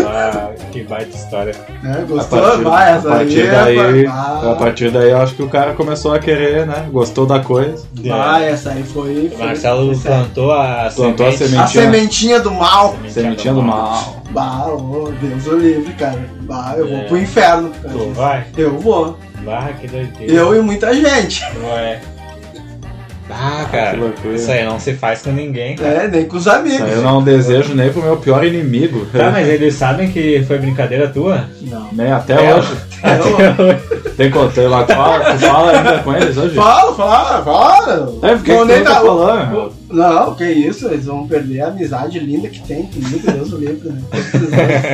Ah, que baita história. É, A gostou? partir, Vai, a essa partir aí. daí, é pra- a partir daí, eu acho que o cara começou a querer, né? Gostou da coisa. Vai, essa aí foi. O foi- Marcelo foi sério. plantou a Plantou a semente. sementinha. A sementinha do mal. Sementinha do mal. Bah, ô, Deus o livre, cara. Bah, eu vou pro inferno. por causa Tu disso. vai? Eu vou. Barra que doideira. Eu e muita gente. Ué. Ah, Que cara, loucura. isso aí não se faz com ninguém. É, nem com os amigos. Isso aí eu não desejo nem pro meu pior inimigo. Tá, mas eles sabem que foi brincadeira tua? Não. Nem até É. hoje. Eu- Tem contei lá, fala, tu fala ainda com eles hoje? Fala, fala, fala. É, porque Vou que tu nem tá dar- falando? Não, que isso, eles vão perder a amizade linda que tem comigo, Deus o livre. né?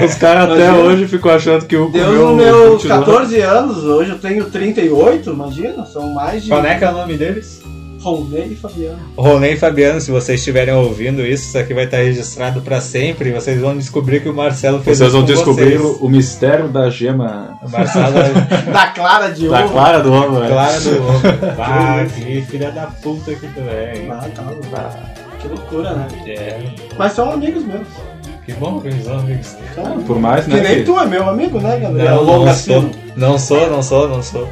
Os caras até Imagina. hoje ficam achando que o Deus, nos meus 14 anos, hoje eu tenho 38, imagina, são mais de. Qual é que é o nome deles? Rondê e Fabiano. Rolê e Fabiano, se vocês estiverem ouvindo isso, isso aqui vai estar registrado pra sempre. e Vocês vão descobrir que o Marcelo fez Vocês isso vão com descobrir vocês. o, o mistério da gema O Marcelo Da Clara de da Ouro. clara do homem, é né? claro do homem. Ah, que filha da puta que tu é, hein? Ah, tá, tá. Que loucura, né? É, Mas são amigos meus. que bom que eles são amigos. São amigos. Por mais, Que né? nem que- tu é meu amigo, né, Gabriel? Não, Longa não sou. Sino. Não sou, não sou, não sou.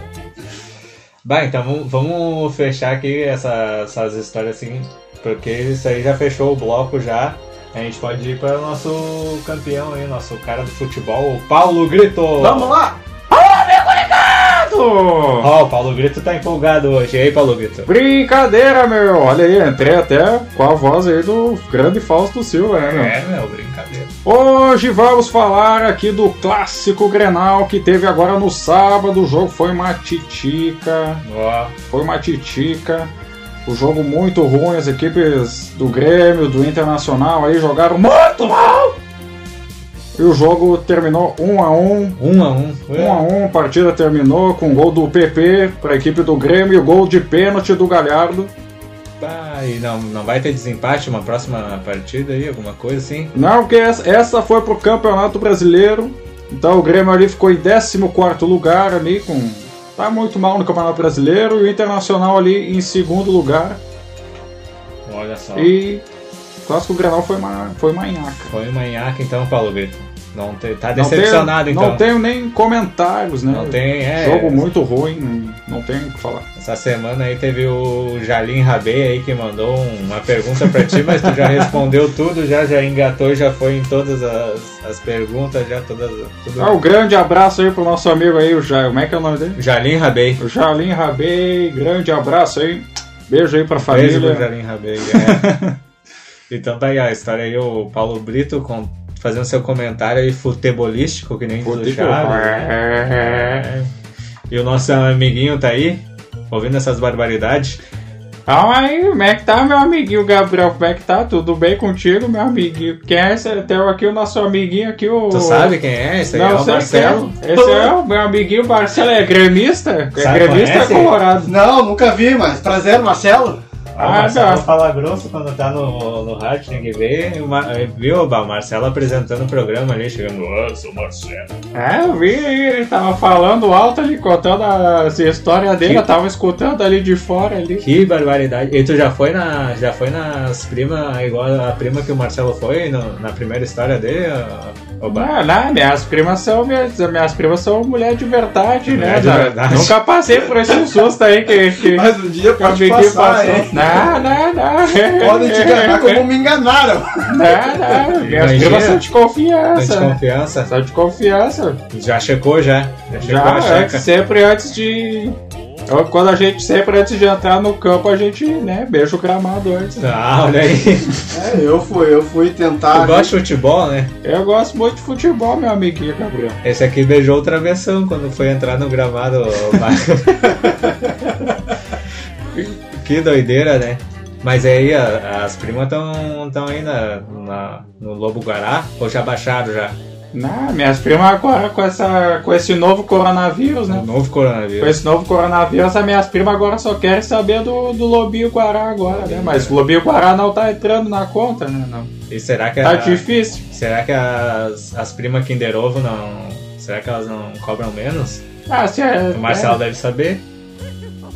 Bah, então vamos, vamos fechar aqui essa- essas histórias assim, porque isso aí já fechou o bloco já. A gente pode ir para o nosso campeão aí, nosso cara do futebol, o Paulo Grito. Vamos lá! Ó, o Paulo Grito tá empolgado hoje. E aí, Paulo Grito? Brincadeira, meu! Olha aí, entrei até com a voz aí do grande Fausto Silva, né, meu? É, meu, brincadeira. Hoje vamos falar aqui do clássico Grenal que teve agora no sábado. O jogo foi uma titica, Ó, foi uma titica. O jogo muito ruim, as equipes do Grêmio, do Internacional aí jogaram muito mal. E o jogo terminou 1 a 1. um a um. 1 a 1, a partida terminou com o gol do PP para a equipe do Grêmio e o gol de pênalti do Galhardo. Ah, e não, não vai ter desempate uma próxima partida aí, alguma coisa assim? Não, porque essa, essa foi pro Campeonato Brasileiro. Então o Grêmio ali ficou em 14 lugar ali com. Tá muito mal no Campeonato Brasileiro e o Internacional ali em segundo lugar. Olha só. E o Clássico Grenal foi uma, foi uma nhaca. Foi uma nhaca então, Paulo Grito. Não te- tá Não tenho- decepcionado então. Não tenho nem comentários, né? Não tem, é. Jogo muito ruim, não tem o que falar. Essa semana aí teve o Jalim Rabê aí que mandou uma pergunta pra ti, mas tu já respondeu tudo, já, já engatou, já foi em todas as, as perguntas, já todas. Tudo. Ah, um grande abraço aí pro nosso amigo aí, o Jair. Como é que é o nome dele? Jalim Rabê. O Jalim Rabei, grande abraço aí. Beijo aí pra Beijo pro família. Jalim Rabê. é. então tá aí a história aí, o Paulo Brito com- fazendo seu comentário aí futebolístico, que nem diz o Chaves. né? É. E o nosso amiguinho tá aí, ouvindo essas barbaridades. Calma aí, como é que tá, meu amiguinho Gabriel? Como é que tá? Tudo bem contigo, meu amiguinho? Quem é esse? Tem aqui o nosso amiguinho aqui, o... Tu sabe quem é? Esse aí Não, é sei o quem Marcelo. é. Esse é o meu amiguinho Marcelo, é gremista? É Sabe, gremista conhece? colorado. Não, nunca vi, mas prazer, Marcelo. Ah, o Ah, Marcelo tá. fala grosso quando tá no, no rádio, tem que ver. O Mar- Viu, Bah, o Marcelo apresentando o programa ali, chegando. Ah, sou o Marcelo. É, eu vi, ele tava falando alto ali, contando as histórias dele, Que- eu tava escutando ali de fora ali. Que barbaridade. E tu já foi, na, já foi nas primas, igual a prima que o Marcelo foi no- na primeira história dele, ô, ô, Bah? Ah, não, minhas primas são minhas, minhas primas são mulher de verdade, Mulher né? de Zé? verdade. Nunca passei por esse susto aí que, que, Mas um dia que o pode amiguinho passar, passou. hein? Não, não, não. Podem te enganar como me enganaram. Não, não. Minhas Imagina. primas são de Tanta confiança. desconfiança. Tá São de confiança. Já checou, já? Já checou Já, é. a antes- é. checa? sempre antes de. Eu- Quando a gente sempre antes de entrar no campo, a gente, né, beija o gramado antes. Ah, olha aí. É, eu fui, eu fui tentar. Tu gosta de futebol, né? Eu gosto muito de futebol, meu amiguinho Gabriel. Esse aqui beijou o travessão quando foi entrar no gramado. ô, Bah. que doideira, né? Mas aí a- as primas estão tão aí na, na- no Lobo Guará ou já baixaram já? Não, minhas primas agora com, essa, com esse novo coronavírus, No né? novo Com coronavírus. esse novo coronavírus, as minhas primas agora só querem saber do, do Lobinho Guará agora, né? Mas o Lobinho Guará não tá entrando na conta, né? Não. E será que, é Tá a- difícil. será que as, as primas Kinder Ovo não. Será que elas não cobram menos? Ah, se é. O Marcelo deve saber.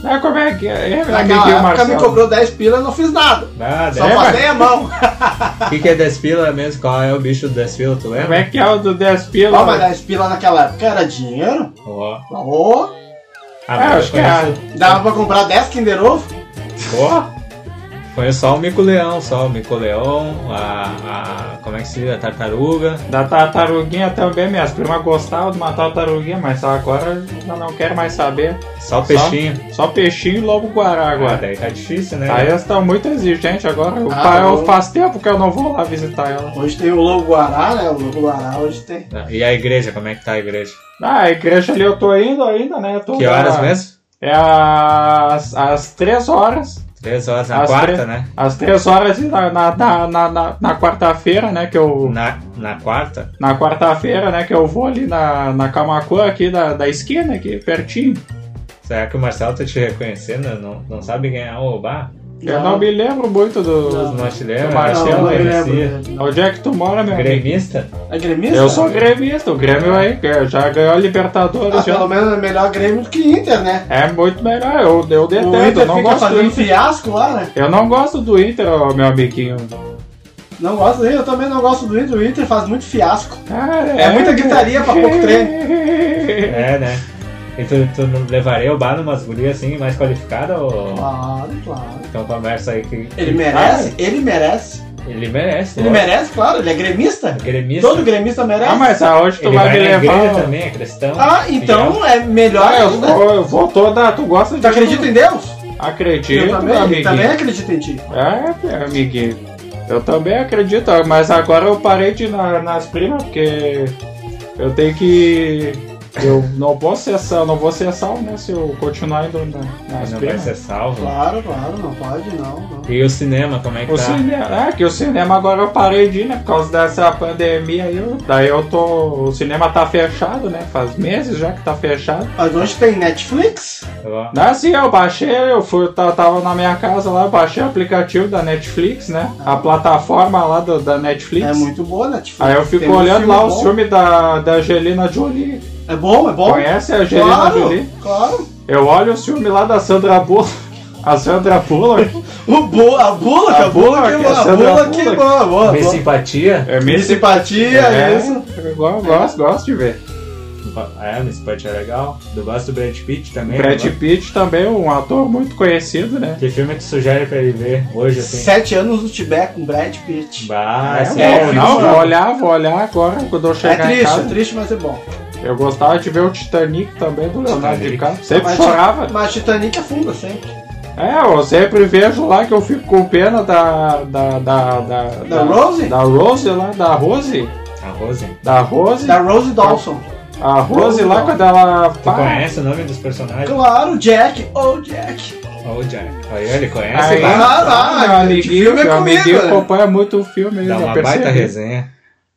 Ah, como é que é? É, Naquela que o época me Marcelo- cobrou 10 pila eu não fiz nada. Nada. Só É, mas- passei a mão. Ah, O que, que é desfila mesmo? Qual é o bicho do desfila, tu Como lembra? é que é o do 10 pila? Ó, mas Ah, 10 pila naquela época era dinheiro. Ó. Ó, Ah, É, mas eu acho que conheço- é. dava pra comprar 10 Kinder Ovo. Porra! Conheço só o Mico Leão, só o Mico Leão, a, a- Como é que se diz? A tartaruga. Da tartaruguinha também, minhas primas gostavam de matar a tartaruguinha, mas só agora já não quero mais saber. Só o peixinho. Só peixinho e lobo guará Agora, agora. daí tá difícil, né? Aí elas estão muito exigentes agora. Eu, Ah, fa- eu bom. faz tempo que eu não vou lá visitar ela. Hoje tem o Lobo Guará, né? O Lobo Guará hoje tem. Ah, E a igreja, como é que tá a igreja? Ah, a igreja ali eu tô indo ainda, né? Tô que na- horas mesmo? É às, às 3 horas. Três horas na Às quarta, três- né? Às 3 horas na, na, na, na, na- na quarta-feira, né? Que eu. Na, na quarta? Na quarta-feira, né? Que eu vou ali na, na Camacuã aqui da, da esquina, aqui pertinho. Será que o Marcelo tá te reconhecendo? Não, não sabe quem é o Obá? Eu não me lembro muito do. Não. Não te lembra? O Não, eu Marcelo não me conhecia. lembro. dele, não. Onde é que tu mora, meu amigo? um assim, Gremista? É gremista? Eu sou gremista, o Grêmio aí que já ganhou a Libertadores. Ah, já. pelo menos é melhor Grêmio do que Inter, né? É muito melhor, eu, eu o detesto, Inter eu não fica gosto do fazendo Inter. fiasco lá, né? Eu não gosto do Inter, ó, meu amiguinho. Não gosto dele, eu também não gosto do Inter. O Inter faz muito fiasco. Cara, É muita gritaria pra pouco treino. É, né? E tu, tu não levaria o Obá numas gurias assim, mais qualificada? Ou... Claro, claro. Então conversa aí que Ah, Ele merece, ele merece. ele merece. Ele lógico. merece, claro, ele é gremista. Gremista. Todo gremista merece. Ah, mas aonde tu Ele vai vai me na igreja levar? também, é cristão. Ah, então é melhor Ah, eu, ainda. vou, eu vou toda. Tu gosta de. Tu acredita em Deus? Acredito, também, meu amiguinho. também acredito em ti. É, meu amiguinho. Eu também acredito, ó, mas agora eu parei de ir na, nas primas, porque eu tenho que. Eu não posso cessar, eu não vou cessar, né? Se eu continuar indo na, Mas nas não vai primas. ser salvo. Claro, claro, não pode, não. não. E o cinema, como é que O tá? cinema, é que o cinema agora eu parei de ir, né? Por causa dessa pandemia aí. Eu, daí eu tô. O cinema tá fechado, né? Faz meses já que tá fechado. Mas hoje tem Netflix? Ó, Não, sim, eu baixei, eu fui, tá- tava na minha casa lá, eu baixei o aplicativo da Netflix, né? A plataforma lá do- da Netflix. É muito boa Netflix. Aí eu fico Tem muito olhando lá bom. o filme da, da Angelina Jolie. É bom, é bom? Conhece a Angelina claro, Jolie? claro. Eu olho o filme lá da Sandra Bullock. A Sandra Bullock. O bu a Bullock, A a Bullock, Bullock, é boa, a a Sandra Bullock é Bullock. boa, boa. Minha boa. simpatia? É Minha Miss simpatia, É, isso. Eu go- gosto, gosto de ver. É, Miss Pat é legal. Eu gosto do Brad Pitt É, também. Brad né? Eu gosto. Pitt também, um ator muito conhecido, né? Que filme que sugere pra ele ver hoje, assim? Sete anos no Tibete com Brad Pitt. Bah, É, esse bom, é, um não, vou filme bom. olhar, vou olhar agora quando eu É chegar em triste, é casa. triste, mas é bom. Eu gostava de ver o Titanic também do Leonardo Titanic. DiCaprio. Sempre Mas- chorava. Mas Titanic assim. afunda sempre. É, eu sempre vejo lá que eu fico com pena da. Da, da, da, Da Rose? Da Rose lá, da Rose. A Rose. Da Rose. Da Rose Dawson. A Rose Rose, lá não. quando ela. Tu pá, conhece o nome dos É. personagens? Claro, Jack. Oh, Jack. Ó, o Jack. Aí ele conhece, Aí, lá. lá, lá, Ah, lá, meu gente, amiguinho, filme é meu comigo, amiguinho né? acompanha muito o filme, ele Dá já uma baita percebi. resenha.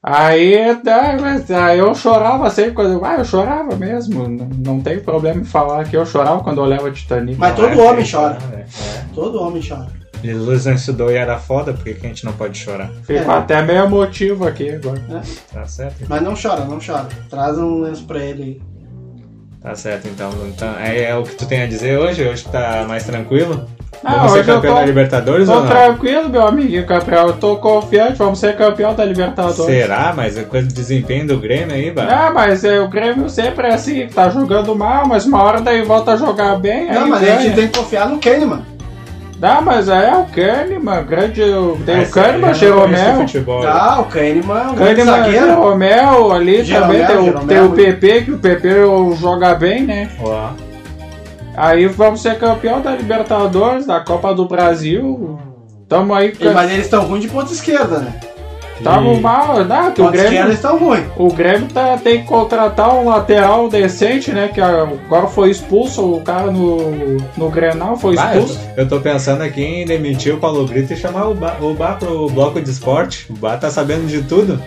Aí, tá, mas, aí eu chorava sempre quando. Ah, eu chorava mesmo. n- Não tem problema em falar que eu chorava quando eu olhava Titanic. Mas Não todo é homem feio, chora. não, né? Todo homem chora. É. Jesus não estudou e era foda, por que que a gente não pode chorar? Fico É. até meio emotivo aqui agora. Tá certo? né? Mas não chora, não chora. Traz um lenço pra ele aí. Tá certo, então. então é, é o que tu tem a dizer hoje? Hoje tá mais tranquilo? Ah, Vamos ser hoje eu campeão tô- da Libertadores ou Tô não? tranquilo, meu amiguinho Gabriel. Eu tô confiante, vamos ser campeão da Libertadores. Será? Mas é coisa do desempenho do Grêmio aí, bah. Ah, mas é, o Grêmio sempre é assim, tá jogando mal, mas uma hora daí volta a jogar bem. Não, aí mas a ganha. gente tem que confiar no Kahneman. Não, mas é o Kahneman, grande. o- Tem Mas é, o Kahneman, eu não conheço Jeromel. futebol. Ah, o Kahneman é um grande Kahneman, zagueiro. Jeromel ali Jeromel, também. Tem, o, Jeromel, tem o muito. PP, que o PP joga bem, né? Ó, Aí vamos ser campeão da Libertadores, da Copa do Brasil. Tamo aí. E- Mas eles estão ruins de ponta esquerda, né? Tamo mal. Não, que o Ponta esquerda Grêmio. eles estão ruins. O Grêmio tá- tem que contratar um lateral decente, né? Que agora foi expulso, o cara no, no Grenal foi Bah, eu, expulso. tô, eu tô pensando aqui em demitir o Paulo Brito e chamar o Bá, o Bá pro bloco de esporte. O Bá tá sabendo de tudo.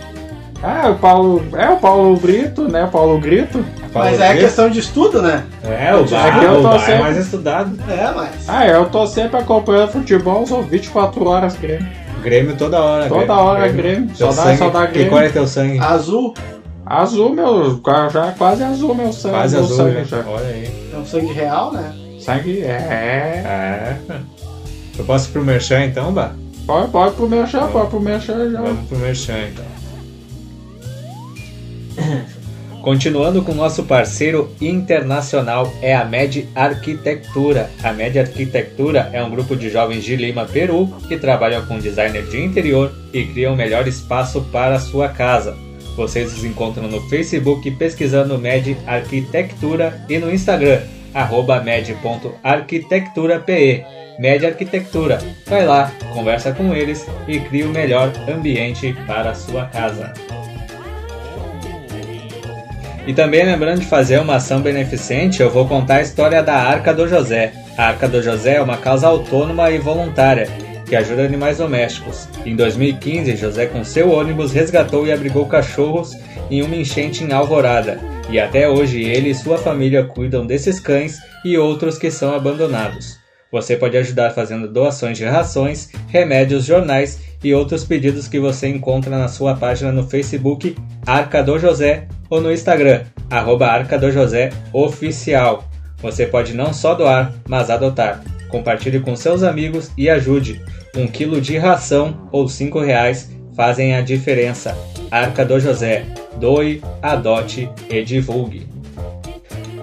Ah, o Paulo. É o Paulo Brito, né? Paulo Brito. Paulo mas é Brito. questão de estudo, né? É, o Bá, que eu tô o Bá é sempre- mais estudado. É, mas. Ah, eu tô sempre acompanhando futebol, são 24 horas Grêmio. Grêmio toda hora. Toda hora Grêmio. Teu Só dá, sangue- só dá Que Grêmio. cor Ah, é teu sangue? Azul. Azul, meu. Já é quase azul, né? meu sangue. Quase meu azul. sangue, já. já. Olha aí. É um sangue real, né? Sangue é. É. Eu posso ir pro Merchan então, Bah? Pode, pode pro meu chá, pode pro meu chá já. Vamos pro Merchan então. Continuando com nosso parceiro internacional é a MED Arquitetura. A MED Arquitetura é um grupo de jovens de Lima, Peru, que trabalham com designer de interior e criam o melhor espaço para a sua casa. Vocês os encontram no Facebook pesquisando MED Arquitetura e no Instagram, arroba med.arquitecturape. MED Arquitetura. Vai lá, conversa com eles e cria o melhor ambiente para a sua casa. E também lembrando de fazer uma ação beneficente, eu vou contar a história da Arca do José. A Arca do José é uma casa autônoma e voluntária que ajuda animais domésticos. Em 2015, José com seu ônibus resgatou e abrigou cachorros em uma enchente em Alvorada. E até hoje ele e sua família cuidam desses cães e outros que são abandonados. Você pode ajudar fazendo doações de rações, remédios, jornais e outros pedidos que você encontra na sua página no Facebook Arca do José ou no Instagram, arroba Arca do José Oficial. Você pode não só doar, mas adotar. Compartilhe com seus amigos e ajude. Um quilo de ração ou cinco reais fazem a diferença. Arca do José. Doe, adote e divulgue.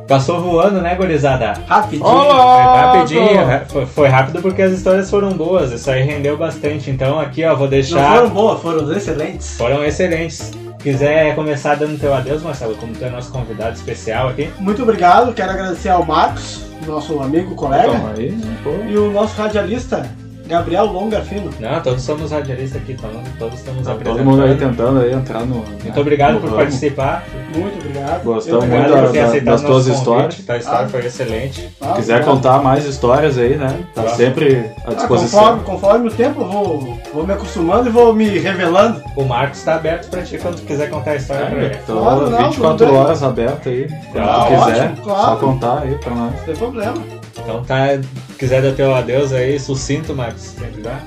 Passou voando, né, gurizada? Rapidinho. Foi Olá! rapidinho, ra- foi, foi rápido porque as histórias foram boas, isso aí rendeu bastante. Então aqui ó, vou Não deixar. foram boas, foram excelentes. Foram excelentes. Quiser começar dando teu adeus, Marcelo, como tu é nosso convidado especial aqui. Muito obrigado, quero agradecer ao Marcos, nosso amigo, colega, Toma aí, né, pô. e o nosso radialista, Gabriel Longarfino. Não, todos somos radialistas aqui, então, todos estamos Tá apresentando. todo mundo aí tentando aí entrar no. Muito obrigado no por ramo. participar. Muito obrigado. Gostamos Eu que muito Obrigado por ter agradeço. da- aceitado das o nosso tuas convite. histórias. Tua história Ah. foi excelente. Ah, né? Quiser obrigado. contar mais histórias aí, né? Tá Claro. sempre à Ah, disposição. conforme, conforme o tempo, eu vou, vou me acostumando e vou me revelando. O Marcos está aberto pra ti quando tu quiser contar a história pra ele. Então, Claro, não, 24 tudo bem. horas aberta aí, quando Ah, tu quiser, ótimo, claro. só contar aí pra nós. Não tem problema. Então tá, quiser dar teu adeus aí, sucinto, Marcos. Tem que dar?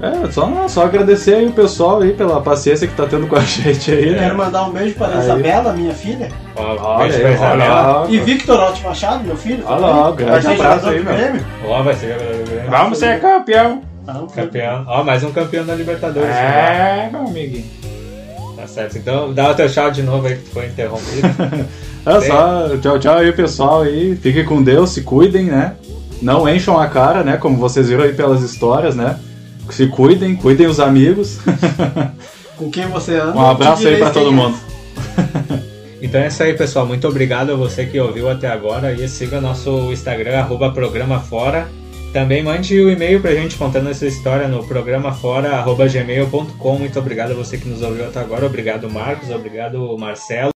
É, só, só agradecer aí o pessoal aí pela paciência que tá tendo com a gente aí, né? Quero mandar um beijo para a Aí. Isabela, minha filha. Ó, Olha beijo aí, pra olha Isabela. lá. E Victor Otti Machado, meu filho. Olha lá, um grande Vai ser abraço jogador aí, do meu. Grêmio. Ah, Ó, vai ser jogador do Grêmio. Vamos ser campeão! Não, Campeão. Ó, mais um campeão da Libertadores. É, meu amiguinho. Tá certo. Então dá o teu tchau de novo aí que tu foi interrompido. É só, tchau, tchau aí, pessoal. aí fiquem com Deus, se cuidem, né? Não encham a cara, né? Como vocês viram aí pelas histórias, né? Se cuidem, cuidem os amigos. Com quem você anda. Um abraço te aí pra direi todo quem é. mundo. então é isso aí, pessoal. Muito obrigado a você que ouviu até agora. E siga nosso Instagram, arroba programa fora. Também mande o e-mail pra gente contando essa história no programafora.gmail.com. Muito obrigado a você que nos ouviu até agora. Obrigado, Marcos. Obrigado, Marcelo.